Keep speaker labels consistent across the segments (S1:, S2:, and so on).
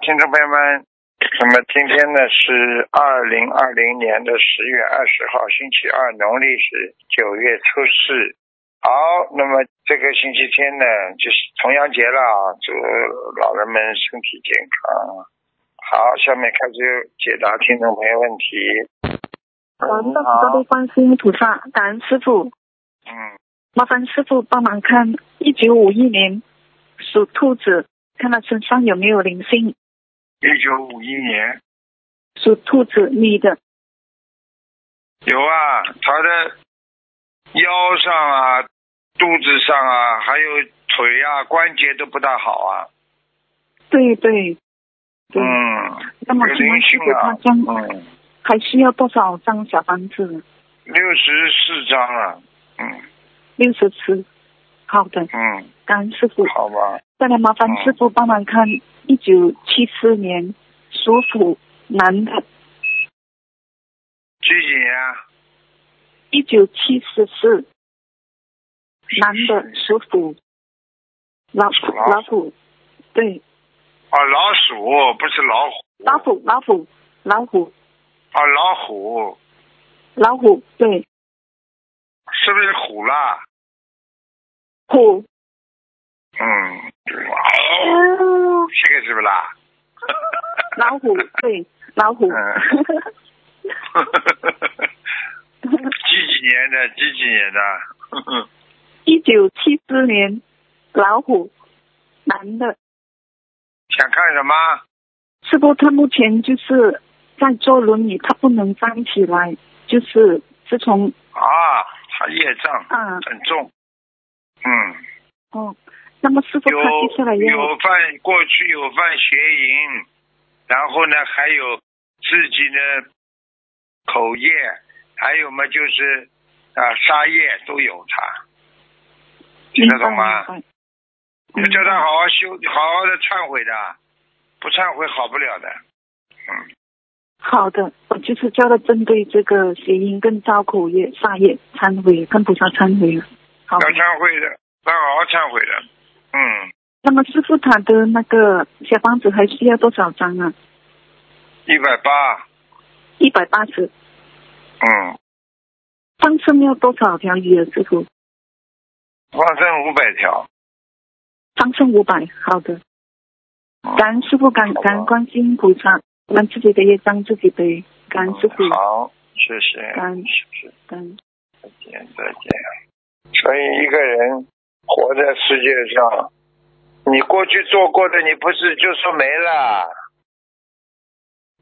S1: 听众朋友们，那么今天呢是二零二零年的十月二十号，星期二，农历是九月初四。好，那么这个星期天呢，就是重阳节了啊，祝老人们身体健康。好，下面开始解答听众朋友问题。
S2: 感
S1: 嗯
S2: 恩大慈大悲
S1: 好，
S2: 观世音菩萨，感恩师傅，
S1: 嗯，
S2: 麻烦师傅帮忙看一九五一年属兔子，看他身上有没有灵性。
S1: 一九五一年
S2: 属兔子女的，
S1: 有啊，他的腰上啊、肚子上啊，还有腿啊、关节都不大好啊。
S2: 对对对。
S1: 嗯，
S2: 那么
S1: 有
S2: 请
S1: 灵
S2: 问师
S1: 性
S2: 傅，
S1: 啊
S2: 他将。
S1: 嗯。
S2: 还需要多少张小房子？
S1: 六十四张啊，嗯
S2: 六十次。好的，
S1: 嗯，
S2: 感恩师傅。
S1: 好吧，
S2: 再来麻烦
S1: 嗯
S2: 师傅帮忙看一九七四年属虎男的，
S1: 几几年啊？
S2: 一九七十四男的属虎，老
S1: 属老虎
S2: 老虎，对，
S1: 哦，老鼠不是老虎，
S2: 老虎老虎老虎
S1: 哦，老虎
S2: 老虎，对，
S1: 是不是虎啦？
S2: 虎
S1: 嗯，哦哇，这个是不是啦？
S2: 老虎对老虎，
S1: 嗯 几几年的？几几年 的？
S2: 一九七四年老虎男的。
S1: 想看什么？
S2: 师傅他目前就是在坐轮椅，他不能站起来，就是自从
S1: 啊，他业障
S2: 啊
S1: 很重，嗯，
S2: 哦，那么师傅
S1: 有
S2: 他接下来要
S1: 有犯过去有犯邪淫，然后呢还有自己的口业，还有嘛就是啊杀业都有他，听得懂吗？
S2: 明白嗯
S1: 你
S2: 明白
S1: 叫他好好修，好好的忏悔的，不忏悔好不了的。嗯，
S2: 好的，我就是叫他针对这个谐音跟造口业、杀业忏悔，跟菩萨忏悔。好的，
S1: 要忏悔的，要好好忏悔的。嗯，
S2: 那么师傅他的那个小房子还需要多少张啊？
S1: 一百八，
S2: 一百八十，
S1: 嗯，
S2: 放生要多少条鱼啊？师傅，
S1: 放生五百条。
S2: 放生五百。好的，
S1: 嗯
S2: 感恩师傅，
S1: 好
S2: 感
S1: 吧
S2: 感恩观世音菩萨，我们自己的业障自己背，感恩师傅。
S1: 好，谢谢，
S2: 感恩
S1: 谢谢。
S2: 感恩
S1: 再见，再见。所以一个人活在世界上，你过去做过的，你不是就说没了？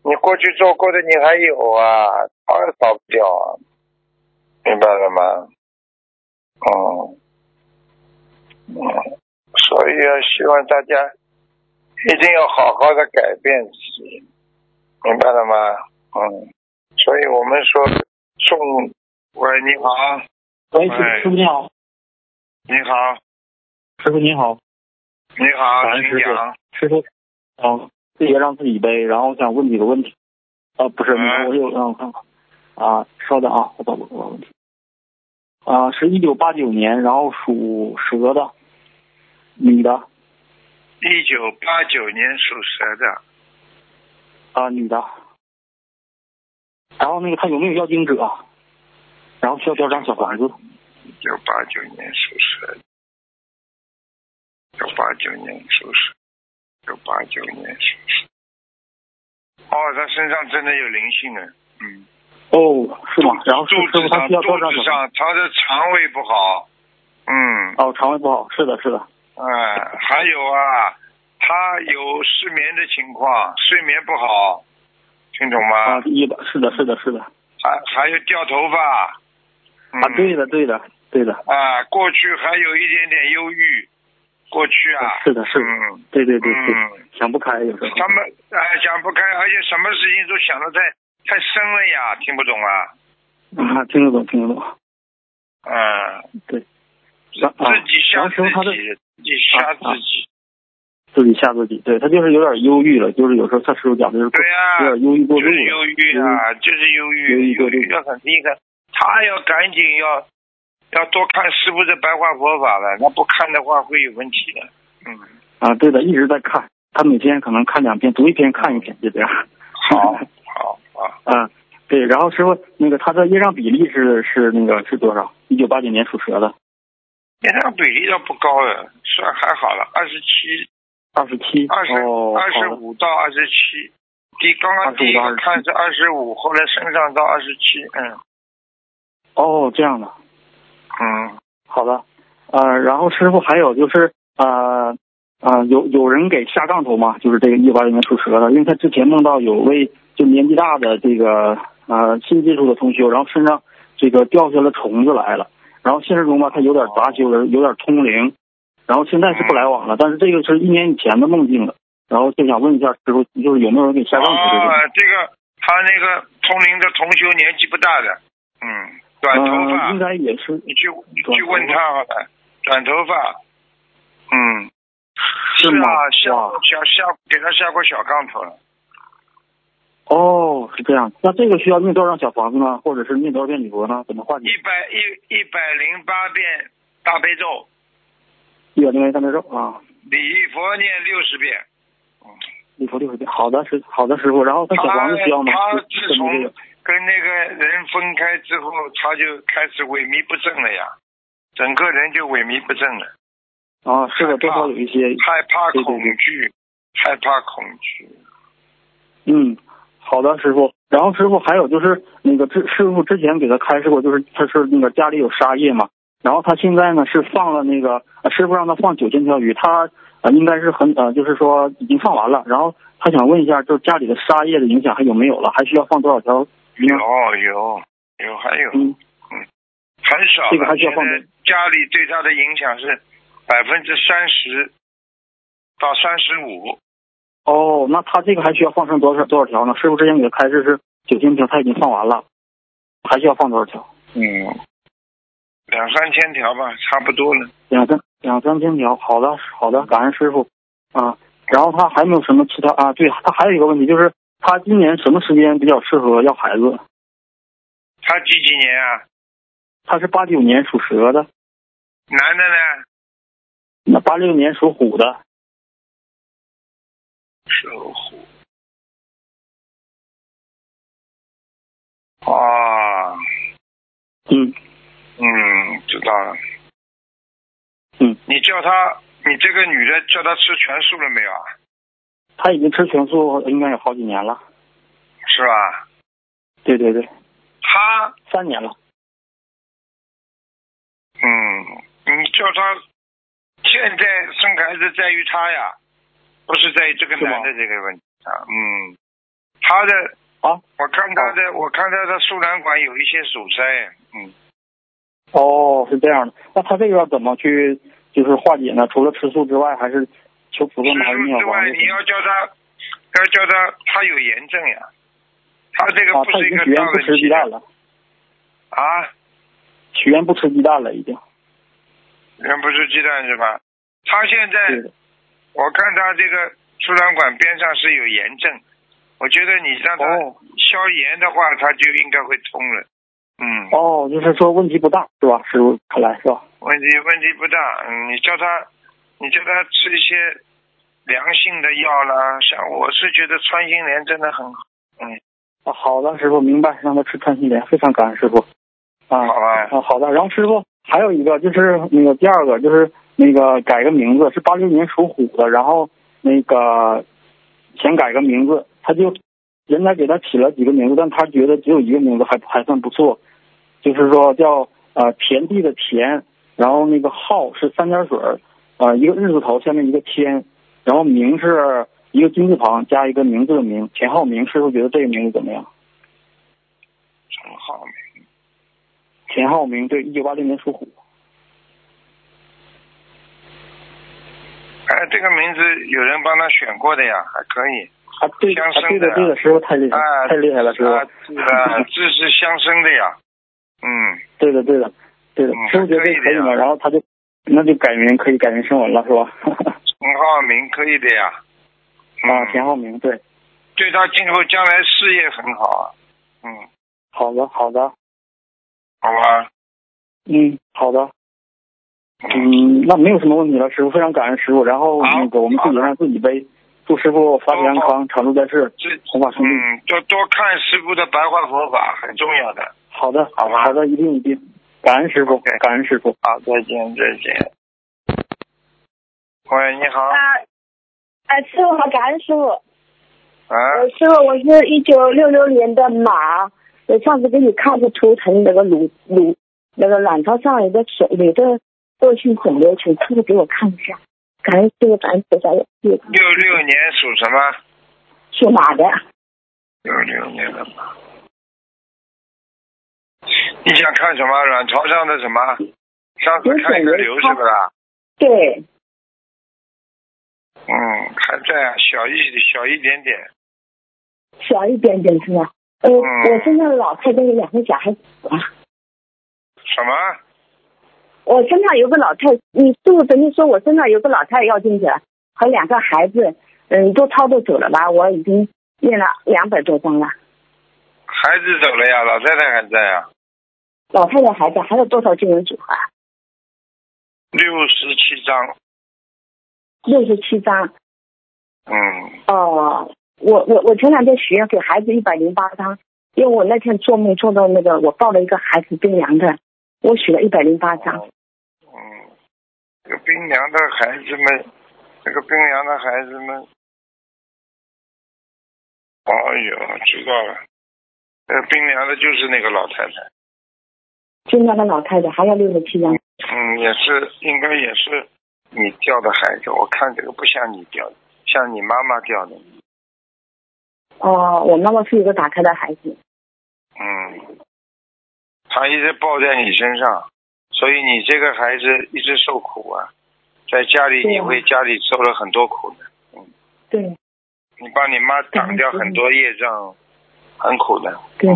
S1: 你过去做过的，你还有啊，逃也逃不掉啊，明白了吗？哦、嗯，所以啊，希望大家一定要好好的改变自己，明白了吗？嗯，所以我们说送，喂，你好，
S3: 喂，师
S1: 哎
S3: 师傅你好，
S1: 你好，
S3: 师傅你好，
S1: 你好，
S3: 感恩
S1: 请
S3: 师傅
S1: 讲。
S3: 师傅，嗯，自己让自己背，然后想问几个问题，啊，不是，
S1: 嗯
S3: 你说我有，让我看看，啊，稍等啊，我把我把问题，啊，是一九八九年，然后属蛇的，女的，
S1: 一九八九年属蛇的，
S3: 啊，女的，然后那个她有没有要经者，啊然后需要多少张小房子？
S1: 一九八九年属蛇的，一九八九年属蛇，一九八九年属蛇。哦，他身上真的有灵性呢。嗯，
S3: 哦，是吗？然后师
S1: 肚
S3: 师
S1: 子
S3: 傅
S1: 上，
S3: 她需要多
S1: 肚
S3: 少张
S1: 子
S3: 小房
S1: 上，
S3: 子？
S1: 他的肠胃不好。嗯，
S3: 哦，肠胃不好，是的，是的，
S1: 哎、还有啊，他有失眠的情况，睡眠不好，听懂
S3: 啊，
S1: 吗？
S3: 一的，是的，是的，是的，
S1: 还还有掉头发。
S3: 啊，
S1: 嗯
S3: 对的，对的，对的。
S1: 啊，过去还有一点点忧郁，过去啊，
S3: 是的，是的，
S1: 嗯
S3: 对对对对，
S1: 嗯，
S3: 想不开有时候。
S1: 他们哎想不开，而且什么事情都想的太太深了呀，听不懂啊，
S3: 啊，听得懂，听得懂。
S1: 嗯，
S3: 对，
S1: 自
S3: 啊
S1: 自己吓
S3: 然后
S1: 自
S3: 说他的啊
S1: 己，自己吓自己，
S3: 自己吓自己，对他就是有点忧郁了，就是有时候他师傅讲的就是
S1: 对呀、
S3: 有点忧郁过
S1: 就
S3: 度
S1: 是
S3: 了。
S1: 忧郁啊，就是忧
S3: 忧
S1: 郁，
S3: 郁
S1: 忧
S3: 过度
S1: 郁要很厉害，他要赶紧要要多看师 傅的白话佛法了，那不看的话会有问题的，嗯。
S3: 啊，对的，一直在看，他每天可能看两遍，读一篇看一篇，就这样。
S1: 好，好啊，
S3: 嗯，对，然后师傅，那个他的业障比例是是那个是多少？一九八九年属蛇的，
S1: 业障比例倒不高的，算还好了，二十七，
S3: 二十七，
S1: 二十
S3: 哦，
S1: 二十
S3: 好的
S1: 五到二十七。第刚刚第一个
S3: 25
S1: 看是二十五，后来升上到二十七，嗯
S3: 哦，这样的，
S1: 嗯，
S3: 好的，呃，然后师傅还有就是呃呃，有有人给下杠头吗？就是这个一九八九年属蛇的，因为他之前梦到有位就年纪大的这个呃新接触的同修，然后身上这个掉下了虫子来了，然后现实中吧他有点杂修，有点通灵，然后现在是不来往了，但是这个是一年以前的梦境了，然后就想问一下师傅，就是有没有人给下杠头这个问题？
S1: 啊，这个他那个通灵的同修年纪不大的，嗯，短头发，
S3: 呃、应该也是
S1: 你去你去问他好了，短头发，嗯，
S3: 是吗
S1: 啊，下
S3: 哇
S1: 小下给他下过小杠头了，
S3: 哦，是这样。那这个需要念多少张小房子呢？或者是念多少遍礼佛呢？怎么化解
S1: 一？百一一百零八遍大悲咒，
S3: 一百零元三倍肉啊，
S1: 礼佛念六十遍。
S3: 礼佛六十遍。好的，师好的师傅。然后他小房子需要吗？
S1: 他
S3: 就
S1: 他自
S3: 这么这
S1: 从
S3: 个
S1: 跟那个人分开之后，他就开始萎靡不振了呀，整个人就萎靡不振了，
S3: 啊，是的，多少有一些。
S1: 害怕
S3: 对对
S1: 恐
S3: 对
S1: 惧，害怕恐惧。
S3: 嗯，好的，师傅。然后师傅还有就是那个之师傅之前给他开示过，就是他是那个家里有沙业嘛，然后他现在呢是放了那个、呃师傅让他放九千条鱼，他呃应该是很呃就是说已经放完了，然后他想问一下，就是家里的沙业的影响还有没有了？还需要放多少条鱼呢？
S1: 有有有，还有。
S3: 嗯，
S1: 很少了。
S3: 这个还需要放
S1: 现在家里对他的影响是百分之三十到三十五，
S3: 哦，那他这个还需要放生多少多少条呢？师傅之前给他开示是九千条，他已经放完了，还需要放多少条？
S1: 嗯，两三千条吧，差不多了。
S3: 两三两三千条。好的，好的，感恩师傅啊。然后他还没有什么其他啊？对，他还有一个问题就是，他今年什么时间比较适合要孩子？
S1: 他几几年啊？
S3: 他是八九年属蛇的，
S1: 男的呢？
S3: 那八六年属虎的，
S1: 属虎。啊，
S3: 嗯，
S1: 嗯，知道了。
S3: 嗯，
S1: 你叫他，你这个女的叫她吃全素了没有啊？
S3: 他已经吃全素应该有好几年了，
S1: 是吧？
S3: 对对对，
S1: 她
S3: 三年了。
S1: 嗯，你叫他现在生孩子在于他呀，不是在于这个
S3: 是吗
S1: 男的这个问题啊。嗯，他的
S3: 啊，
S1: 我看他的，我看他的输卵管有一些阻塞。嗯，
S3: 哦，是这样的。那他这个要怎么去就是化解呢？除了吃素之外，还是求菩萨拿
S1: 除此
S3: 一小
S1: 之
S3: 房
S1: 外，
S3: 子
S1: 你要叫他，要叫他，他有炎症呀，他这个
S3: 啊，
S1: 不
S3: 他
S1: 是
S3: 已
S1: 一个
S3: 经许愿
S1: 大
S3: 不
S1: 问
S3: 吃
S1: 题
S3: 鸡蛋了，
S1: 啊，
S3: 许愿不吃鸡蛋了，已经。
S1: 人不吃鸡蛋是吧？他现在
S3: 对的。
S1: 我看他这个输卵管边上是有炎症，我觉得你让他
S3: 哦
S1: 消炎的话，他就应该会通了。嗯，
S3: 哦，就是说问题不大是吧？师傅，看来是吧？
S1: 问题问题不大。嗯，你叫他，你叫他吃一些凉性的药啦，像我是觉得穿心莲真的很好。嗯，
S3: 啊，好的，师傅明白，让他吃穿心莲，非常感恩师傅。啊，
S1: 好吧
S3: 啊，好的。然后师傅还有一个就是那个第二个就是那个改个名字，是八六年属虎的，然后那个想改个名字，他就人家给他起了几个名字，但他觉得只有一个名字还还算不错，就是说叫呃田地的田，然后那个浩是三点水儿，呃一个日字头下面一个天，然后明是一个金字旁加一个名字的名，田浩明，师傅觉得这个名字怎么样？
S1: 很好。
S3: 田浩明对，一九八六年属虎。
S1: 哎，这个名字有人帮他选过的呀，还可以。
S3: 啊，对，
S1: 相
S3: 啊
S1: 生
S3: 对
S1: 的
S3: 的，对的，师傅太厉害，
S1: 啊，
S3: 嗯太厉害了，师傅。
S1: 啊，呃，字是相生的呀。嗯，
S3: 对的，对的，对的
S1: 嗯，
S3: 师傅觉得这
S1: 可以
S3: 可以
S1: 的呀
S3: 吗？然后他就，那就改名，可以改名声纹了，是吧？
S1: 陈浩明可以的呀。嗯
S3: 啊，田浩明，对，
S1: 对他今后将来事业很好啊。嗯，
S3: 好的，好的，
S1: 好吧。
S3: 嗯，好的，嗯
S1: 嗯
S3: 嗯，那没有什么问题了，师傅，非常感恩师傅。然后
S1: 好
S3: 那个我们自己
S1: 好的哦
S3: 让自己背，祝师傅法体安康，长驻在世，
S1: 这
S3: 弘法顺利。
S1: 嗯，多多看师傅的白话佛法很重要的。
S3: 好的，
S1: 好吧
S3: 好的，一定一定，感恩师傅
S1: OK，
S3: 感恩师傅。
S1: 好，再见，再见。喂，你好，
S2: 啊，啊，师傅好，感恩师傅。
S1: 啊，
S2: 呃，师傅，我是一九六六年的马，我上次给你看过图腾，那个乳乳那个卵巢上有个肿，有个恶性肿瘤，请师傅给我看一下。感恩师傅，感恩菩萨，也
S1: 六六年属什么？
S2: 属马的，
S1: 六六年的马。你想看什么？卵巢上的什么？上次看一个瘤是不啦？
S2: 对，
S1: 嗯，还在啊，小一小一点点。
S2: 小一点点是吧？呃，我现在老太太有两个小孩子啊，
S1: 什么？
S2: 我身上有个老太，你师傅曾经说我身上有个老太太要进去了，和两个孩子，嗯，都操作走了吧？我已经念了两百多张了。
S1: 孩子走了呀，老太太还在啊，
S2: 老太太孩子还有多少经人组合啊？
S1: 六十七张。
S2: 六十七张。
S1: 嗯，
S2: 哦，我我我前两天许愿给孩子一百零八张，因为我那天做梦做到那个我抱了一个孩子冰凉的，我许了一百零八张。
S1: 嗯，这个冰凉的孩子们，这个冰凉的孩子们，哎呦，知道了，这个冰凉的就是那个老太太，
S2: 今天的老太太还要六十七张。
S1: 嗯，也是应该也是你掉的孩子，我看这个不像你掉的，像你妈妈掉的，
S2: 哦，我妈妈是一个打开的孩子。
S1: 嗯，他一直抱在你身上，所以你这个孩子一直受苦啊，在家里
S2: 对
S1: 你
S2: 啊
S1: 会家里受了很多苦的，
S2: 对
S1: 你帮你妈
S2: 啊
S1: 挡掉很多业障，很苦的。
S2: 对，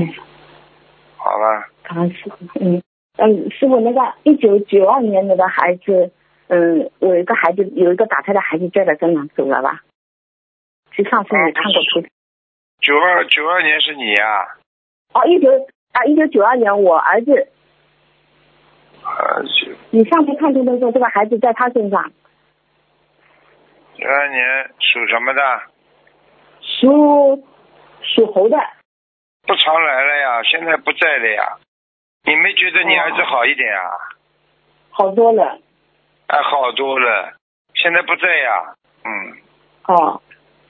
S1: 好了，
S2: 感恩师傅。嗯嗯，师傅，那个一九九二年那个孩子，嗯，我有一个孩子有一个打开的孩子在的真人走了吧？其实上次你看过图
S1: 九二九二年是你啊呀、
S2: 哦，一九啊，一九九二年，我儿子，
S1: 啊，九
S2: 你上次看图的时候，这个孩子在他身上，
S1: 九二年属什么的？
S2: 属属猴的，
S1: 不常来了呀，现在不在了呀。你没觉得
S2: 哦
S1: 你儿子好一点啊？
S2: 好多了。
S1: 哎，好多了，现在不在呀。嗯，
S2: 哦，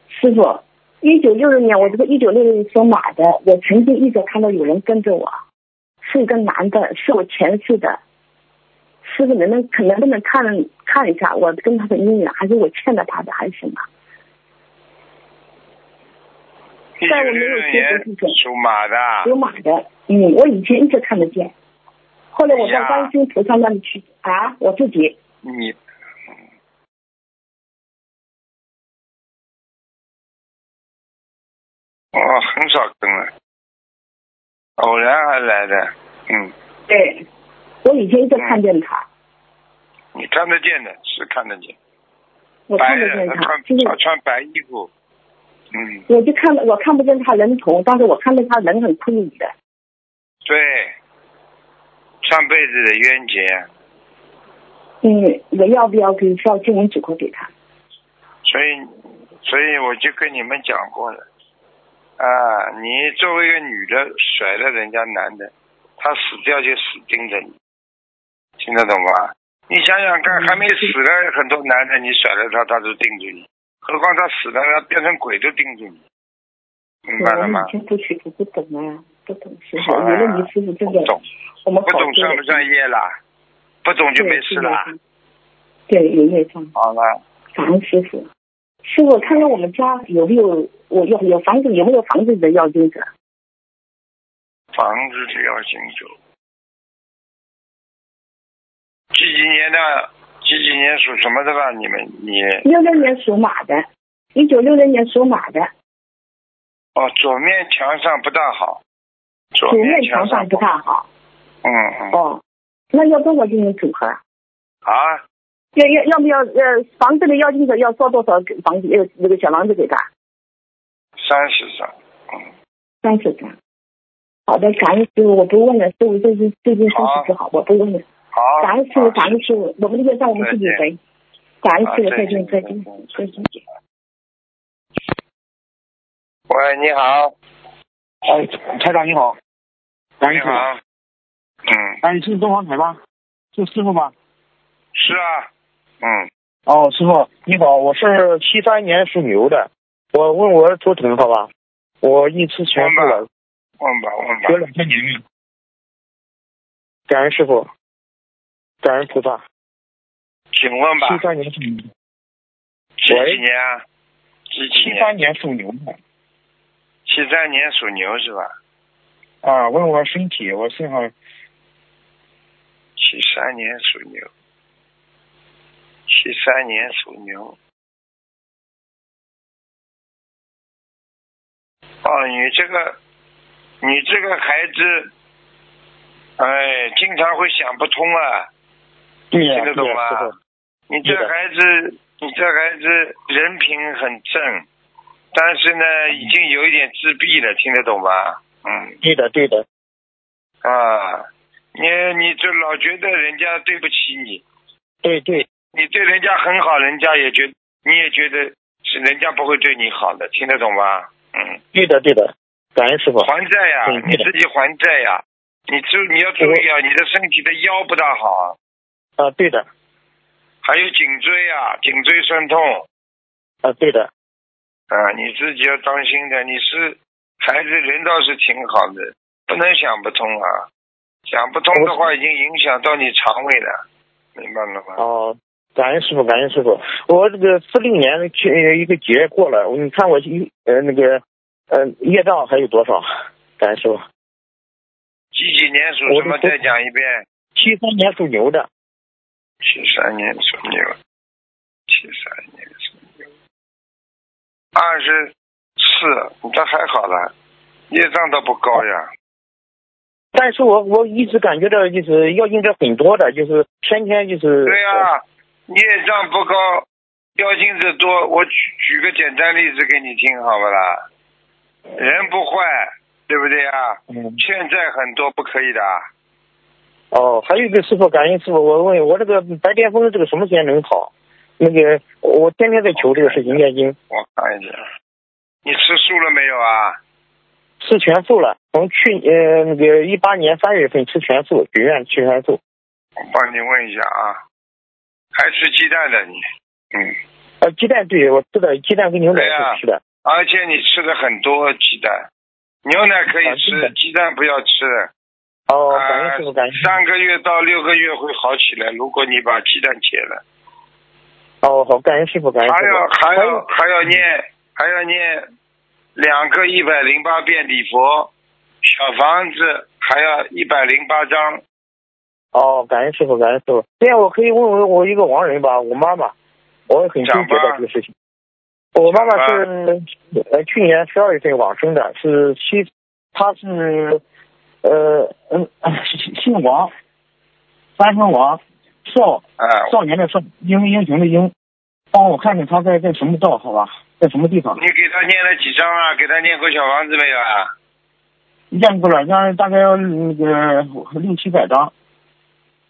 S2: 师傅，一九六六年，我这个一九六六年属马的，我曾经一直看到有人跟着我，是一个男的，是我前世的。师傅，能不能看能不能看看一下我跟他的姻缘，还是我欠了他的，还是什么？
S1: 一九
S2: 但我没
S1: 六
S2: 有
S1: 六
S2: 接
S1: 年
S2: 触这种
S1: 属马的。
S2: 有马的，嗯，我以前一直看得见，后来我到观世音菩萨那里去啊，我自己
S1: 你，嗯我哦很少跟了，偶然还来的，嗯，
S2: 对，我以前一直看见他，
S1: 你看得见的，是看得见，
S2: 我
S1: 白
S2: 看得
S1: 的，
S2: 见
S1: 他
S2: 他
S1: 穿，
S2: 就是
S1: 他穿白衣服，嗯，
S2: 我就看我看不见他人头，但是我看见他人很酷异的。
S1: 对，上辈子的冤结，
S2: 嗯，我要不要给烧经文组合给他？
S1: 所以，所以我就跟你们讲过了，啊，你作为一个女的甩了人家男的，他死掉就死盯着你，听得懂吗？你想想看，
S2: 嗯
S1: 还没死呢，很多男的你甩了他，他都盯住你，何况他死了，他变成鬼都盯住你，明白了吗
S2: 我以？前不学不不懂啊，不懂师傅，
S1: 好
S2: 有
S1: 了
S2: 了你师傅这个
S1: 不，懂，
S2: 我们
S1: 不
S2: 考
S1: 懂
S2: 试
S1: 算不算业啦？不懂就没事啊啦。。
S2: 对，有业障，
S1: 好了，
S2: 感恩师傅。师傅，看看我们家有没有我有有房子有没有房子的要经者？
S1: 房子就要清楚。几几年的？几几年属什么的吧？你们你
S2: 六六年属马的，一九六六年属马的，
S1: 哦，左面墙上不大好，左
S2: 主面
S1: 墙
S2: 墙上不大好。
S1: 嗯嗯
S2: 哦，那要多少进行组合？
S1: 啊，
S2: 要要要不要呃房子的要进者要烧多少给房子呃那个小房子给他？
S1: 三十张，嗯，
S2: 三十张。好的，感恩师傅，我不问了，师傅最近最近身体不好，我不问了。
S1: 好，
S2: 感恩师傅，
S1: 好
S2: 感恩师傅，
S1: 啊
S2: 我们这个让我们自己背。感恩师傅，再见，再见，再见。
S1: 喂，你好，
S3: 哎，台长你好，感
S1: 你
S3: 恩师傅，
S1: 好，嗯，
S3: 哎，是东方台吗？是师傅吗？
S1: 是啊，嗯，
S3: 哦，师傅你好，我是
S4: 是七三年属牛的，我问我头疼好吧？我一次全部了，
S1: 问吧问吧
S4: 得，两千年了。感恩师傅，感恩菩萨。
S1: 请问吧
S4: 七，三年属牛，
S1: 几
S4: 喂
S1: 几年啊？几几
S4: 七
S1: 年？
S4: 三年属牛的
S1: 七三年属牛是吧？
S4: 啊？问我身体，我身上
S1: 七三年属牛，七三年属牛。哦，你这个，你这个孩子，哎，经常会想不通啊，
S4: 对呀、
S1: 听得
S4: 对
S1: 懂
S4: 呀、师
S1: 吗
S4: 傅？
S1: 你这
S4: 是的
S1: 孩子，你这孩子人品很正，但是呢，
S4: 嗯
S1: 已经有一点自闭了，听得懂吧？嗯。
S4: 对的对的，
S1: 啊，你你就老觉得人家对不起你，
S4: 对对
S1: 你对人家很好，人家也觉你也觉得是人家不会对你好的，听得懂吗？嗯，
S4: 对的对的，感恩师傅。
S1: 还债呀、
S4: 嗯
S1: 你自己还债呀、你注你要注意啊，你的身体的腰不大好啊，
S4: 啊，对的
S1: 还有颈椎啊，颈椎酸痛
S4: 啊，对的
S1: 啊，你自己要当心的。你是孩子人倒是挺好的，不能想不通啊，想不通的话已经影响到你肠胃了，明白了吗？
S4: 哦。感恩师傅，感恩师傅。我这个四零年去呃一个节过了，你看我一呃那个呃业障还有多少？感恩师傅。
S1: 几几年属什么？
S4: 我的
S1: 再讲一遍。
S4: 七三年属牛的，
S1: 七三年属牛，七三年属牛，二十四，你这还好了，业障倒不高呀。
S4: 但是我我一直感觉到就是要应该很多的，就是天天就是
S1: 对呀、业障不高，妖精子多。我举举个简单例子给你听，好不啦？人不坏，对不对呀？
S4: 嗯
S1: 欠债很多，不可以的。啊
S4: 哦，还有一个师傅，感恩师傅，我问我这个白癜风这个什么时间能好？那个我天天在求这个事情念经，
S1: 我看一下，你吃素了没有啊？
S4: 吃全素了，从去呃那个一八年三月份吃全素，许愿吃全素，
S1: 我帮你问一下啊。还吃鸡蛋的你？嗯。
S4: 呃鸡蛋对我吃的鸡蛋跟牛奶
S1: 对呀
S4: 是吃的，
S1: 而且你吃的很多鸡蛋，牛奶可以
S4: 啊是的
S1: 吃，鸡蛋不要吃。
S4: 哦，
S1: 啊
S4: 感恩师傅，感恩师
S1: 三个月到六个月会好起来，如果你把鸡蛋戒了。
S4: 傅，哦好，感恩师傅，感恩
S1: 还
S4: 师
S1: 要
S4: 傅，
S1: 还
S4: 还
S1: 要还要念还要念两个一百零八遍礼佛，小房子还要一百零八章。
S4: 哦，感恩师傅，感恩师傅。这样我可以问问我一个亡人吧，我妈妈，我也很纠结的这个事情。我妈妈是呃去年十二月份往生的，是七，她是呃嗯 姓王，三声王，少
S1: 哎，
S4: 少年的少，英英雄的英。帮我看看她在在什么道，好吧，在什么地方？
S1: 你给他念了几章啊？给他念过小房子没有啊？
S4: 验过了，让大概要嗯那个六七百张。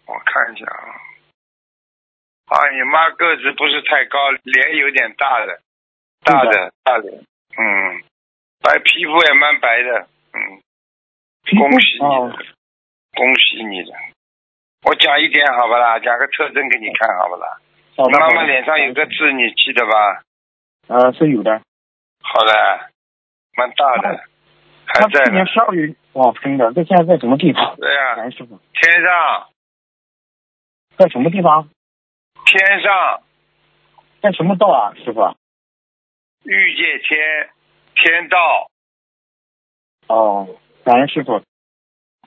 S1: 我看一下啊。啊，你妈个子不是太高，脸有点大的，大
S4: 是
S1: 的大的，嗯，白皮肤也蛮白的，嗯，
S4: 皮肤
S1: 恭喜你
S4: 哦
S1: 的，恭喜你的。我讲一点好不啦？讲个特征给你看好不啦？
S4: 好
S1: 你
S4: 的
S1: 妈
S4: 哦好
S1: 妈
S4: 的
S1: 脸上有个痣，你记得吧？
S4: 呃是有的。
S1: 好的，蛮大的，还
S4: 他
S1: 在
S4: 去
S1: 呢啊
S4: 年。十二月往生的，在现在在什么地方？
S1: 对呀、
S4: 哎，师傅，
S1: 天上
S4: 在什么地方？
S1: 天上
S4: 在什么道啊，师傅？
S1: 欲界天天道
S4: 哦，感恩师傅，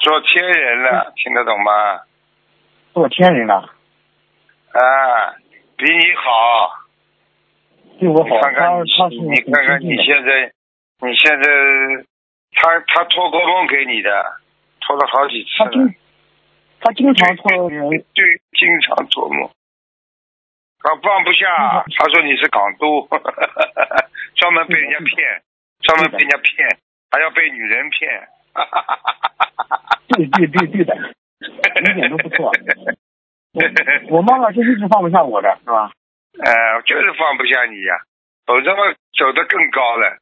S1: 做天人
S4: 嗯
S1: 了，听得懂吗？
S4: 做天人了，
S1: 啊，比你好。
S4: 对我
S1: 你
S4: 好。
S1: 看看
S4: 他他是
S1: 你，你看看你
S4: 很亲近的
S1: 现在，你现在，他他托过梦给你的，托了好几次
S4: 他
S1: 了
S4: 经，他经常呃托人，
S1: 对，经常做梦。啊，放不
S4: 嗯
S1: 下，他说你是港督， 专门被人家
S4: 嗯
S1: 骗，专门被人家骗，还要被女人骗。。
S4: 对对对对的，一点都不错 我我妈妈是一直放不下我的，是吧？
S1: 哎呃，就是放不下你呀、否则嘛走得更高了。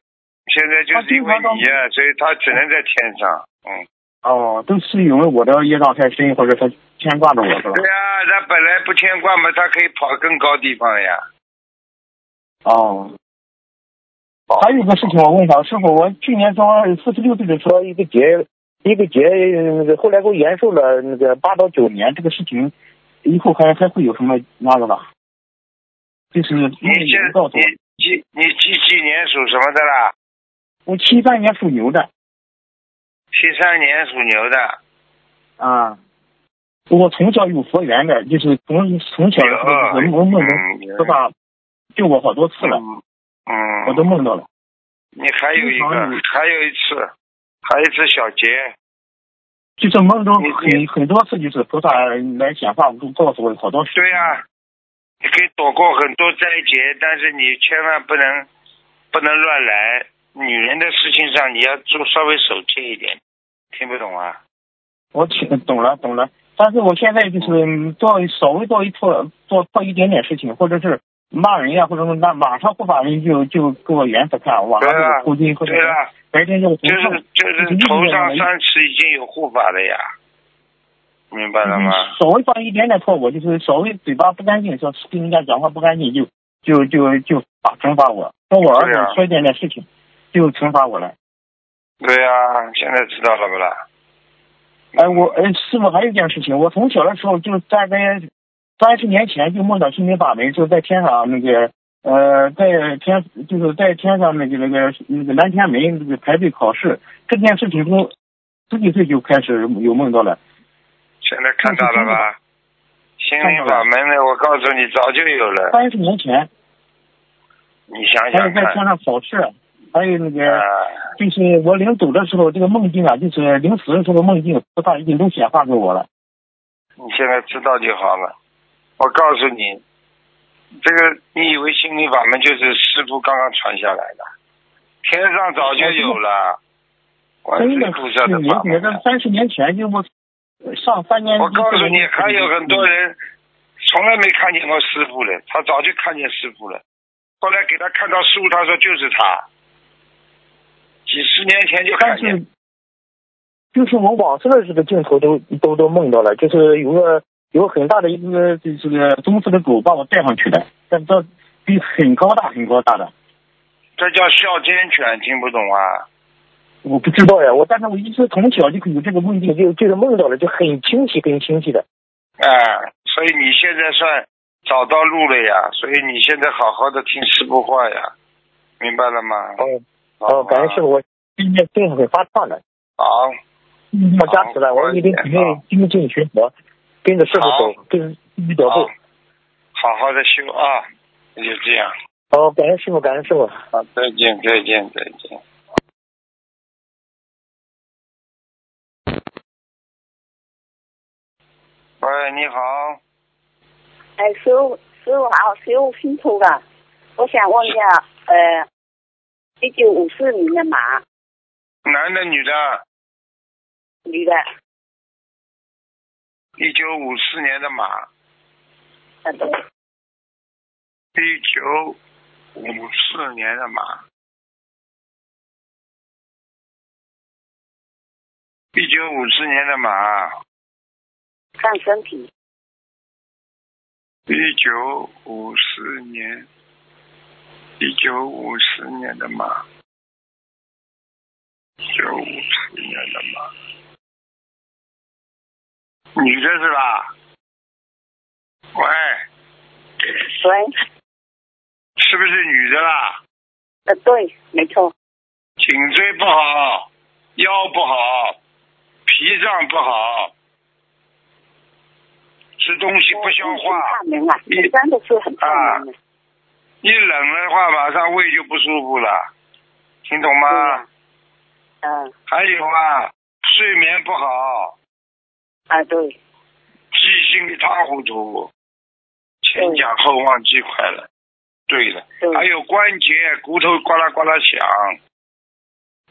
S1: 现在就是因为你呀、所以他只能在天上。嗯，
S5: 哦，都是因为我的业障太深，或者他牵挂着我是吧
S1: 对？呀、他本来不牵挂嘛，他可以跑更高地方呀。
S5: 哦。还有一个事情我问一下，师傅，我去年装四十六岁的时候，一个结，一个结，那个后来给我延寿了那个八到九年，这个事情以后还还会有什么那个吧？就是因
S1: 你
S5: 为有
S1: 现
S5: 人告诉
S1: 你
S5: 我，
S1: 几你几几年属什么的啦？
S5: 我七三年属牛的
S1: 七三年属牛的，
S5: 啊，我从小有佛缘的，就是从从小就是
S1: 有
S5: 我梦能
S1: 嗯，
S5: 菩萨救我好多次了，
S1: 嗯嗯，
S5: 我都梦到了。
S1: 你还有一个
S5: 经常有，
S1: 还有一次，还有一次小劫，
S5: 就是梦中
S1: 你
S5: 很很多次，就是菩萨来显化，都告诉我好多事。
S1: 对呀、你可以躲过很多灾劫，但是你千万不能不能乱来。女人的事情上，你要做稍微手欠一点，听不懂啊？
S5: 我听懂了懂了，但是我现在就是做稍微做一错做错一点点事情，或者是骂人呀、或者是那马上护法人就就给我原则看，晚上
S1: 对啊
S5: 就抽筋，或者
S1: 对
S5: 是
S1: 了，
S5: 白天就头
S1: 就
S5: 痛
S1: 是，就是头上三尺已经有护法了呀，明白了
S5: 嗯
S1: 吗？
S5: 稍微犯一点点错误，就是稍微嘴巴不干净，说跟人家讲话不干净，就就就就罚惩罚我，说我儿
S1: 对啊
S5: 子说一点点事情，就惩罚我了。
S1: 对呀、现在知道了不啦？
S5: 哎，我哎，师傅还有一件事情，我从小的时候就大概三十年前就梦到心灵法门，就是在天上那个呃，在天就是在天上那个那个那个南天门那个排队考试这件事情从十几岁就开始有梦到了。
S1: 现在看到了吧？心灵法门呢？我告诉你，早就有了。
S5: 三十年前
S1: 你想
S5: 还有
S1: 想
S5: 在
S1: 看，
S5: 天上考试，还有那个
S1: 啊，
S5: 就是我临走的时候，这个梦境啊，就是临死的时候梦境，菩萨已经都显化给我了。
S1: 你现在知道就好了。我告诉你，这个你以为心灵法门就是师傅刚刚传下来的，天上早就有了。观世
S5: 真的
S1: 音菩萨
S5: 是
S1: 的
S5: 没
S1: 法
S5: 觉
S1: 门
S5: 得三十年前就我上三年级。
S1: 我告诉你，还有很多人从来没看见过师傅的，他早就看见师傅了。后来给他看到书，他说就是他，几十年前就看
S5: 但
S1: 见。
S5: 是就是我往生的这个镜头都都都梦到了，就是有个有个很大的一个这这个棕色的狗把我带上去的，但这比很高大很高大的，
S1: 这叫哮天犬，听不懂啊？
S5: 我不知道呀，我但是我一直从小就有这个梦境，就就是梦到了，就很清晰很清晰的。
S1: 哎、所以你现在算找到路了呀，所以你现在好好的听师傅话呀，明白了吗？
S5: 哦
S1: 好
S5: 哦，感恩师傅，我今天精神很发畅的，
S1: 好，
S5: 我加持了，我一定肯定精进学佛，跟着师傅走，跟你脚步。
S1: 好好的修啊，那就这样，
S5: 哦，感恩师傅，感恩师傅。
S1: 好，啊再见，再见，再见。喂，你好，
S2: 哎，师傅，师傅好，师傅辛苦了。我想问一下，呃，一九五四年的马，
S1: 男的女的？
S2: 女的，
S1: 一九五四年的马，
S2: 呃，对，
S1: 一九五四年的马，一九五四年的马，
S2: 看身体，
S1: 一九五四年，一九五四年的马，一九五四年的马，女的是吧？喂，
S2: 对，
S1: 是不是女的啦？
S2: 呃，对，没错，
S1: 颈椎不好，腰不好，脾脏不好，吃东西不消化
S2: 看，明白，
S1: 啊你啊
S2: 我真的是很看明的。
S1: 一冷的话马上胃就不舒服了，听懂吗？
S2: 嗯，嗯，
S1: 还有啊，睡眠不好，
S2: 啊，对，
S1: 记性一塌糊涂，前讲后忘记快了。对了，
S2: 对，
S1: 还有关节骨头呱啦呱啦响，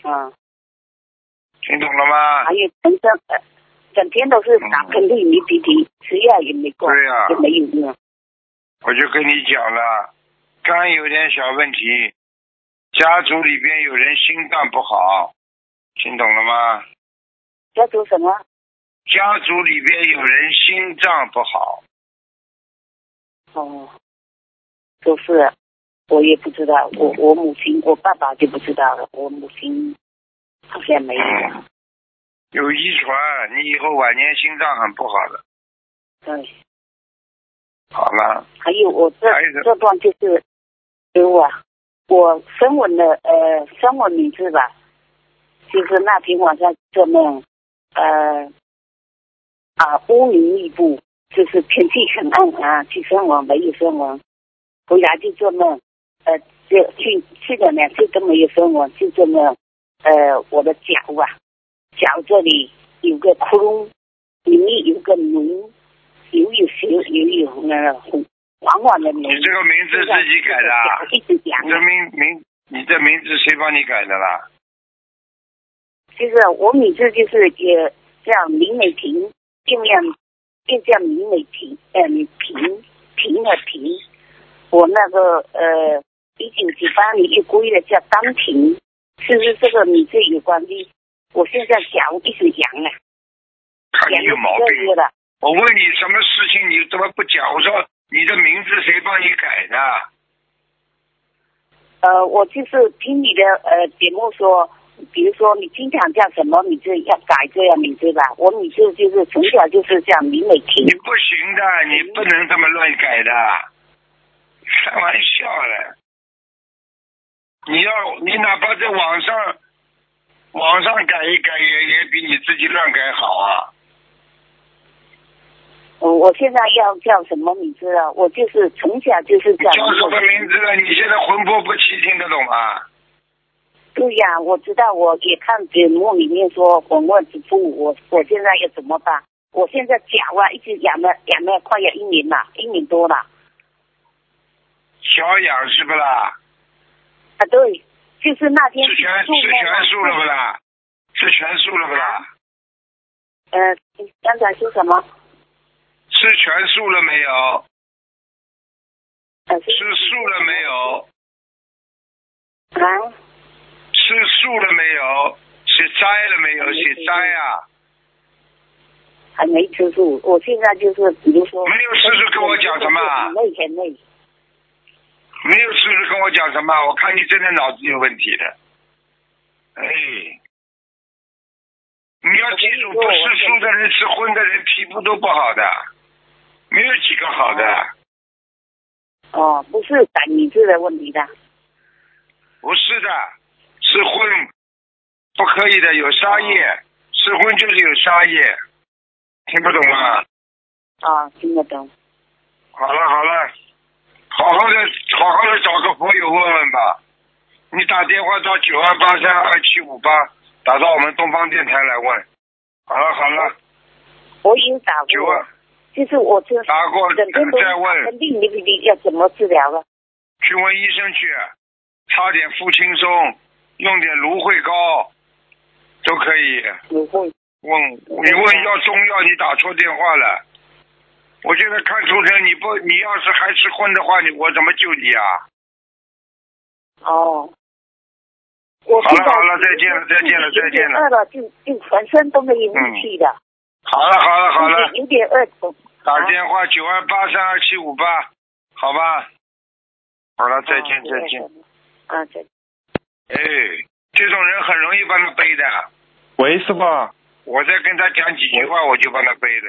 S2: 嗯，
S1: 听懂了吗
S2: 还？有整个呃，整天都是打喷嚏、流鼻涕，吃药也没管，
S1: 嗯对啊呀、
S2: 也没有用。
S1: 我就跟你讲了，肝有点小问题，家族里边有人心脏不好，听懂了吗？
S2: 家族什么？
S1: 家族里边有人心脏不好，
S2: 哦，都是，我也不知道，我我母亲，我爸爸就不知道了，我母亲好像没有，
S1: 嗯有遗传，你以后晚年心脏很不好的。
S2: 对，
S1: 好了，
S2: 还有我这
S1: 还有什么
S2: 这段就是给我我生我的呃生我名字吧，就是那天晚上做梦，呃啊乌云密布，就是天气很暗啊，去生完没有生完，回来就做梦，呃就去去了两次都没有生完，就这么呃我的脚啊脚这里有个窟窿，里面有个脓，有有血有有那个红黄黄的脓
S1: 你。这个名字自己改 的啊，
S2: 一直讲
S1: 你这名名，你这名字谁帮你改的啦？
S2: 就是我名字就是也叫林美萍，尽量就叫林美萍，呃，萍萍的萍。我那个呃，一九九八年又归了叫当萍，是不是这个名字有关系？我现在脚一直痒啊，
S1: 看你
S2: 痒
S1: 有毛
S2: 了几个
S1: 病
S2: 月。了。
S1: 我问你什么事情，你怎么不讲？我说你的名字谁帮你改的？
S2: 呃，我就是听你的呃节目说，比如说你经常叫什么名字，要改这样名字吧。我名字就是从小就是叫林美萍
S1: 你。不行的，你不能这么乱改的，开玩笑的。你要你哪怕在网上网上改一改也，也比你自己乱改好啊。
S2: 我我现在要叫什么名字啊？我就是从小就是啊
S1: 你
S2: 叫
S1: 叫什么名字了？你现在魂魄不齐，听得懂吗？
S2: 对呀、我知道，我也看节目里面说混乱之父，我我现在要怎么办？我现在脚啊，一直痒了痒了快要一年了，一年多了
S1: 小痒是不啦？
S2: 啊。对，就是那天
S1: 吃全
S2: 做
S1: 吃
S2: 梦啊
S1: 全素了不啦？吃全素了不啦？
S2: 呃，你刚才说什么？
S1: 吃全素了没有？
S2: 呃，
S1: 吃素了没有？
S2: 啊，
S1: 吃素了没有？写斋了没有？写斋啊！
S2: 还没吃素。我现在就是比如说
S1: 没有吃素跟我讲什么啊
S2: 很累很累。
S1: 没有事实跟我讲什么，我看你真的脑子有问题的。哎，你要记住，不吃素的人、吃荤的人，皮肤都不好的，没有几个好的。
S2: 哦，不是改名字的问题的。
S1: 不是的，吃荤不可以的，有杀业，吃荤就是有杀业，听不懂吗？
S2: 啊，听得懂。
S1: 好了好了，好好的好好的找个朋友问问吧。你打电话到九二八三二七五八，打到我们东方电台来问。好了好了，
S2: 我已经打
S1: 九
S2: 过
S1: 二
S2: 了，就是我就是
S1: 打过呃
S2: 整天都
S1: 再问，
S2: 肯定你你你要怎么治疗啊？
S1: 去问医生去，擦点腹轻松，用点芦荟膏，都可以。
S2: 你会
S1: 问你问要中药，你打错电话了。我现在看出来，你不，你要是还吃荤的话，你我怎么救你啊？
S2: 哦。我
S1: 好了好了再见了再见了再见了
S2: 饿了就就全身都没有力气的，
S1: 好了好了好了，
S2: 有点饿头。
S1: 打电话九二八三二七五八，好吧。好了，再见
S2: 啊
S1: 再见。。
S2: 啊，再见。
S1: 哎，这种人很容易帮他背的。
S5: 喂，师傅，
S1: 我再跟他讲几句话，我就帮他背的。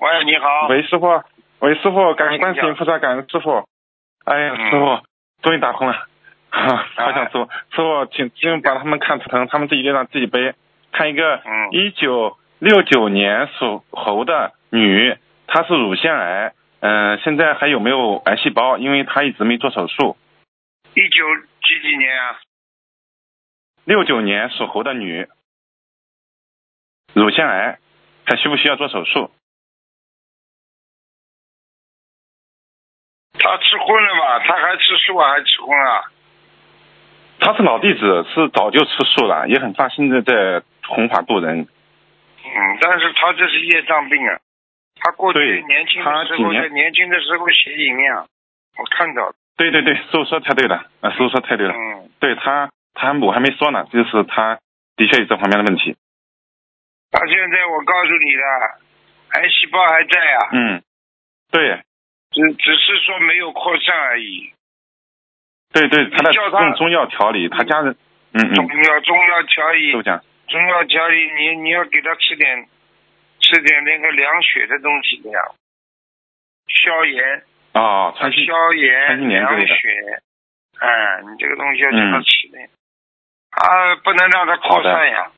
S1: 喂，你好。
S5: 喂，师傅，喂，师傅，感恩观世音菩萨，感恩嗯师傅。哎呀，
S1: 嗯
S5: 师傅，终于打 通了，哈，好想
S1: 哎
S5: 师傅，师傅，请请把他们看图腾，他们自己列上自己背。看一个
S1: 嗯
S5: 一九六九年属猴的女，她是乳腺癌，嗯、现在还有没有癌细胞？因为她一直没做手术。
S1: 一九几几年啊？
S5: 六九年属猴的女，乳腺癌，还需不需要做手术？
S1: 他吃荤了吧？他还吃素啊？还吃荤啊？
S5: 他是老弟子，是早就吃素了，也很发心的在弘法度人。
S1: 嗯，但是他这是业障病啊，他过去
S5: 对
S1: 年轻的
S5: 他
S1: 时
S5: 几
S1: 候，
S5: 年
S1: 在年轻的时候邪淫呀，我看到了，
S5: 对对对，师傅说太对了，啊，师傅说太对了。
S1: 嗯，
S6: 对他，他我还没说呢，就是他的确有这方面的问题。
S1: 他现在我告诉你了，癌细胞还在啊，
S6: 嗯，对
S1: 只只是说没有扩散而已。
S6: 对对，他在
S1: 叫他
S6: 用中药调理，他家人，嗯
S1: 中
S6: 嗯，
S1: 药中药调理
S6: 都，讲，
S1: 中药调理，你你要给他吃点吃点那个凉血的东西的呀，消炎、
S6: 哦，川西，
S1: 消
S6: 川西
S1: 炎、
S6: 莲之类
S1: 凉
S6: 的
S1: 血，哎、你这个东西要给他
S6: 嗯
S1: 吃的，啊，不能让它扩散呀，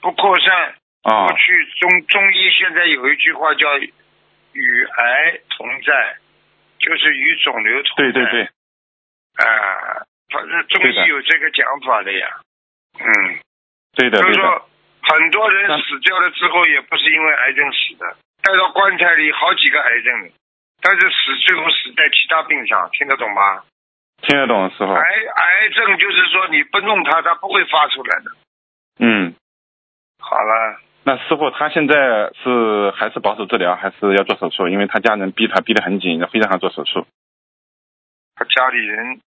S1: 不扩散，
S6: 哦
S1: 过，去中中医现在有一句话叫“与癌同在”，就是与肿瘤同在。
S6: 对对对，
S1: 啊，反正中
S6: 对的
S1: 医有这个讲法的呀。嗯，
S6: 对的
S1: 就是
S6: 对的，
S1: 说很多人
S6: 那
S1: 死掉了之后，也不是因为癌症死的，带到棺材里好几个癌症的，但是死最后死在其他病上，听得懂吗？
S6: 听得懂师傅
S1: 癌，癌症就是说你不弄它，它不会发出来的。
S6: 嗯，
S1: 好了，
S6: 那师傅他现在是还是保守治疗，还是要做手术？因为他家人逼他逼得很紧，非让他做手术。
S1: 他家里人，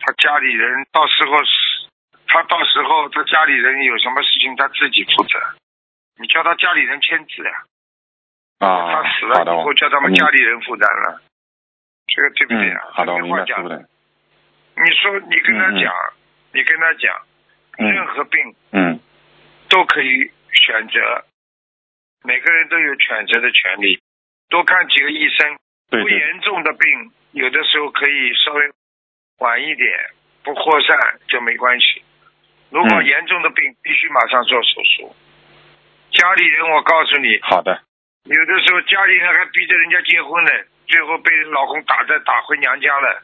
S1: 他家里人到时候是，他到时候他家里人有什么事情他自己负责，你叫他家里人签字呀、
S6: 啊，
S1: 他死了
S6: 好的，嗯
S1: 以后
S6: 我
S1: 叫他们家里人负担了，这个对不对
S6: 嗯
S1: 啊，？
S6: 好的，我
S1: 这没
S6: 明
S1: 话
S6: 白师
S1: 讲
S6: 傅。的，
S1: 你说你跟他
S6: 嗯嗯
S1: 讲，你跟他讲，
S6: 嗯
S1: 任何病
S6: 嗯，
S1: 都可以选择，每个人都有选择的权利。多看几个医生，
S6: 对
S1: 不
S6: 对，
S1: 严重的病，有的时候可以稍微晚一点，不扩散就没关系。如果
S6: 嗯
S1: 严重的病，必须马上做手术。家里人，我告诉你，
S6: 好的，
S1: 有的时候家里人还逼着人家结婚呢，最后被老公打着打回娘家了。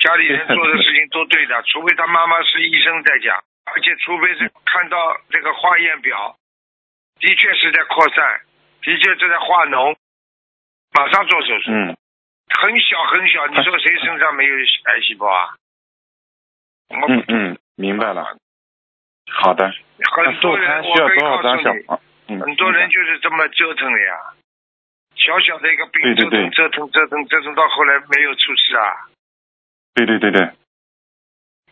S1: 家里人做的事情都对 的，除非他妈妈是医生在家，而且除非是看到这个化验表，的确是在扩散，的确是在化脓，马上做手术。
S6: 嗯，哎
S1: 很小很小，你说谁身上没有癌细胞啊？我
S6: 嗯嗯，明白了。好的，那
S1: 很
S6: 师傅
S1: 多人
S6: 他，需
S1: 我
S6: 要
S1: 可以
S6: 多少
S1: 告
S6: 张
S1: 诉
S6: 小
S1: 你，
S6: 房？嗯，
S1: 很多人就是这么折腾的呀，小小的一个病
S6: 对对对
S1: 折腾折腾折腾折腾到后来没有出事啊。
S6: 对对对对。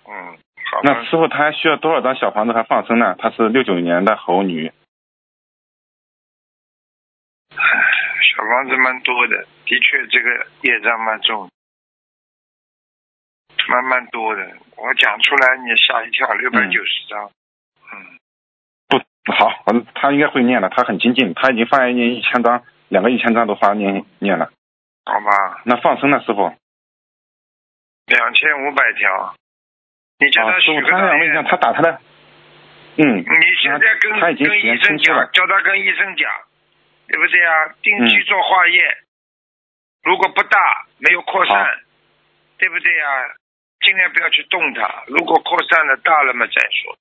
S1: 嗯，好吧
S6: 那，师傅他需要多少张小房子才放生呢？她是六九年的猴女，
S1: 小房子蛮多的，的确这个业障蛮重，蛮蛮多的。我讲出来你吓一跳，六百九十张。嗯，
S6: 不好，反正她应该会念的，她很精进，她已经发念一千张，两个一千张都发念念了。
S1: 好吧，
S6: 那放生呢，师傅？
S1: 两千五百条，你叫
S6: 啊，
S1: 他
S6: 师
S1: 许
S6: 傅，
S1: 个
S6: 他
S1: 大
S6: 想问一下，
S1: 愿。
S6: 他打他的，嗯，
S1: 你现在跟
S6: 他他已经
S1: 跟
S6: 许愿
S1: 医生
S6: 清晰
S1: 讲
S6: 了，
S1: 叫他跟医生讲，对不对啊？定期
S6: 嗯
S1: 做化验，如果不大，没有扩
S6: 嗯好
S1: 散，对不对啊？尽量不要去动它，如果扩散了大了嘛再说，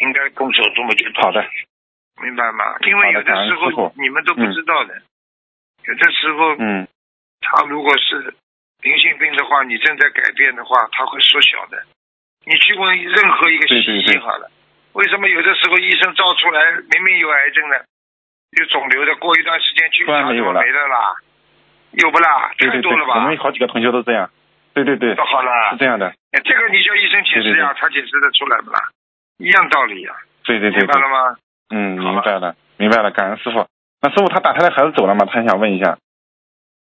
S1: 应该动手术嘛就动
S6: 好的
S1: 手术，明白吗？因为
S6: 好的
S1: 有的时
S6: 感恩师
S1: 候
S6: 傅
S1: 你们都不
S6: 嗯
S1: 知道的，有的时候
S6: 嗯，
S1: 他如果是灵性病的话，你正在改变的话，他会缩小的。你去问任何一个西
S6: 对对
S1: 医
S6: 对
S1: 好了，为什么有的时候医生照出来明明有癌症的，有肿瘤的，过一段时间去
S6: 突然
S1: 查
S6: 没有
S1: 怎么
S6: 了
S1: 没了啦？有不啦？
S6: 对
S1: 太
S6: 对
S1: 多
S6: 对，
S1: 了吧
S6: 我？们有好 几个同学都这样，对对对，
S1: 那好了
S6: 是，这样的，
S1: 哎这个你叫医生解释呀，他解释得出来不啦？一样道理呀，
S6: 对对对
S1: 明白
S6: 对
S1: 了，吗？
S6: 嗯，明白了，明白了，感恩师傅。那师傅他打胎的孩子走了吗？他想问一下，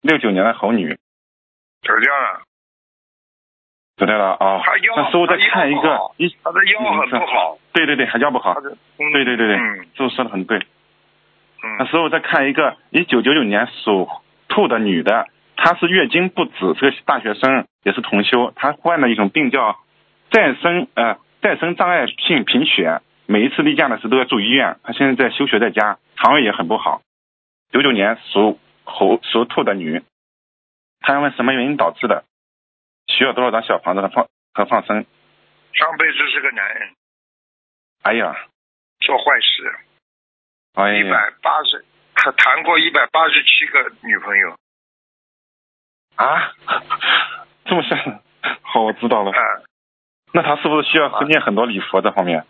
S6: 六九年的猴女
S1: 走掉了，
S6: 走掉了啊、哦
S1: 他腰
S6: 那师傅再看一
S1: 他腰不
S6: 个
S1: 好，
S6: 一
S1: 他的腰很不好，
S6: 对对对，还腰不好
S1: 他，的
S6: 嗯对对对对，
S1: 嗯
S6: 师傅说的很对。那
S1: 嗯，
S6: 师傅再看一个一九九九年属兔的女的，她是月经不止，是个大学生，也是同修，她患了一种病叫再生呃再生障碍性贫血，每一次例假的时候都要住医院，她现在在休学在家，肠胃也很不好。九九年属猴属兔的女，她要问什么原因导致的，需要多少张小房子和放和放生？
S1: 上辈子是个男人，
S6: 哎呀，
S1: 做坏事。啊
S6: 哎
S1: 一
S6: 呀
S1: 百八十，他谈过一百八十七个女朋友，
S6: 啊，这么吓人！好，我知道了
S1: 啊。，
S6: 那他是不是需要念很多礼佛这方面？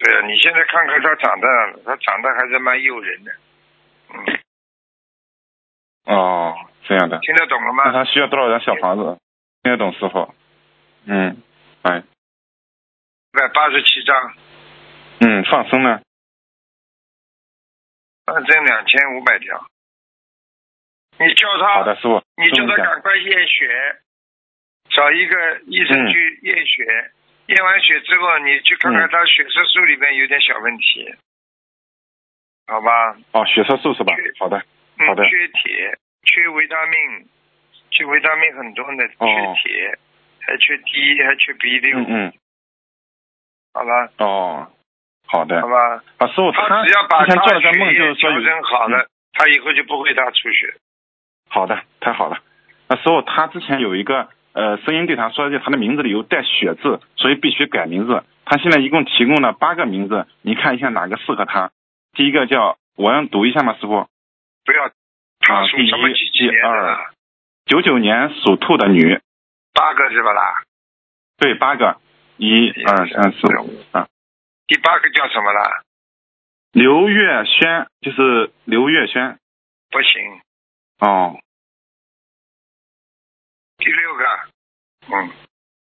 S1: 对啊，你现在看看他长得，他长得还是蛮诱人的，嗯，
S6: 哦，这样的。
S1: 听得懂了
S6: 那
S1: 吗？
S6: 他需要多少张小房子？听得懂师傅？嗯，哎，
S1: 百八十七张，
S6: 嗯，放生呢？
S1: 放生两千五百条。你叫他，
S6: 好的，师傅。
S1: 你叫他赶快验血，找一个医生去
S6: 嗯
S1: 验血。验完血之后，你去看看他血色素里面有点小问题，好吧？
S6: 哦，血色素是吧？好的，
S1: 嗯
S6: 好的，
S1: 缺铁，缺维他命，缺维他命很多呢，
S6: 哦
S1: 缺铁，还缺 D，还缺 B 六、
S6: 嗯嗯，
S1: 好吧，
S6: 哦，好的
S1: 好。吧。
S6: 啊，师傅，
S1: 他
S6: 他
S1: 只要把
S6: 之前
S1: 他
S6: 做了个
S1: 血
S6: 梦，就
S1: 液
S6: 是说
S1: 调
S6: 有嗯
S1: 整好了，他以后就不会大出血。
S6: 好的，太好了。那时候他之前有一个呃声音对他说，就他的名字里有带“血”字，所以必须改名字。他现在一共提供了八个名字，你看一下哪个适合他？第一个叫，我要读一下吗，师傅？
S1: 不要，他
S6: 啊
S1: 属
S6: 第
S1: 什么
S6: 一
S1: 几几
S6: 第
S1: 年的
S6: 二
S1: 啦？
S6: 九九年属兔的女，
S1: 八个是吧啦？
S6: 对，八个，一
S1: 哎
S6: 二三四五啊。
S1: 第八个叫什么啦？
S6: 刘月轩就是刘月轩
S1: 不行，
S6: 哦，
S1: 第六个，嗯，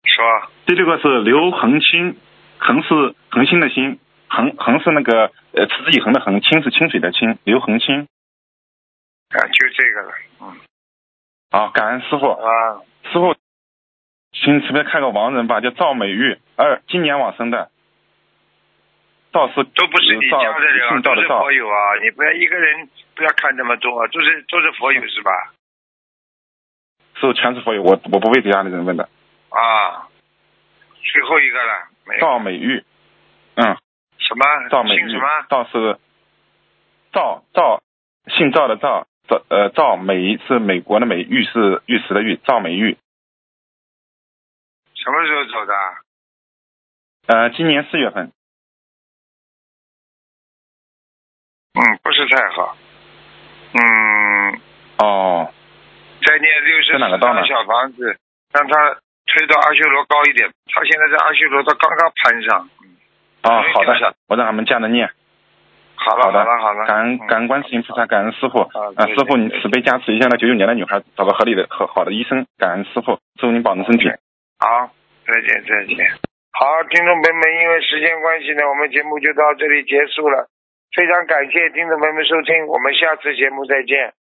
S1: 说啊
S6: 第六个是刘恒清，恒是恒星的星，恒恒是那个呃持之以恒的恒，清是清水的清，刘恒清。
S1: 啊，就这个了，嗯，
S6: 好，哦感恩师傅，
S1: 啊，
S6: 师傅，请随便看个亡人吧，叫赵美玉，二今年往生的，赵是
S1: 都不是你
S6: 赵
S1: 家的人啊，
S6: 姓赵
S1: 都
S6: 的
S1: 是
S6: 赵
S1: 佛，友啊，你不要一个人不要看这么多，都是都是佛友是吧？
S6: 师傅全是佛友，我我不为家里人问的，
S1: 啊，最后一个了，没有
S6: 赵美玉，嗯，
S1: 什么
S6: 赵美
S1: 姓
S6: 玉
S1: 什么，
S6: 赵是赵赵，姓赵的赵，赵呃赵美是美国的美，玉是玉石的玉，赵美玉，
S1: 什么时候走的？
S6: 呃，今年四月份，
S1: 嗯，不是太好，嗯，
S6: 哦，
S1: 再念六十
S6: 在哪个道呢
S1: 小房子，让他推到阿修罗高一点，他现在在阿修罗，他刚刚攀上，
S6: 哦，好
S1: 没事
S6: 的，我让他们家人
S1: 啊
S6: 念。
S1: 好了
S6: 好的
S1: 了好了，
S6: 感恩感恩观世音菩萨，感恩师傅。
S1: 嗯啊
S6: 啊，
S1: 对
S6: 师傅，
S1: 对
S6: 你
S1: 对
S6: 慈悲加持一下那九九年的女孩，找个合理的、和好的医生。感恩师傅，师傅您保重身体。
S1: 好，再见再见。好，听众朋友们，因为时间关系呢，我们节目就到这里结束了。非常感谢听众朋友们收听，我们下次节目再见。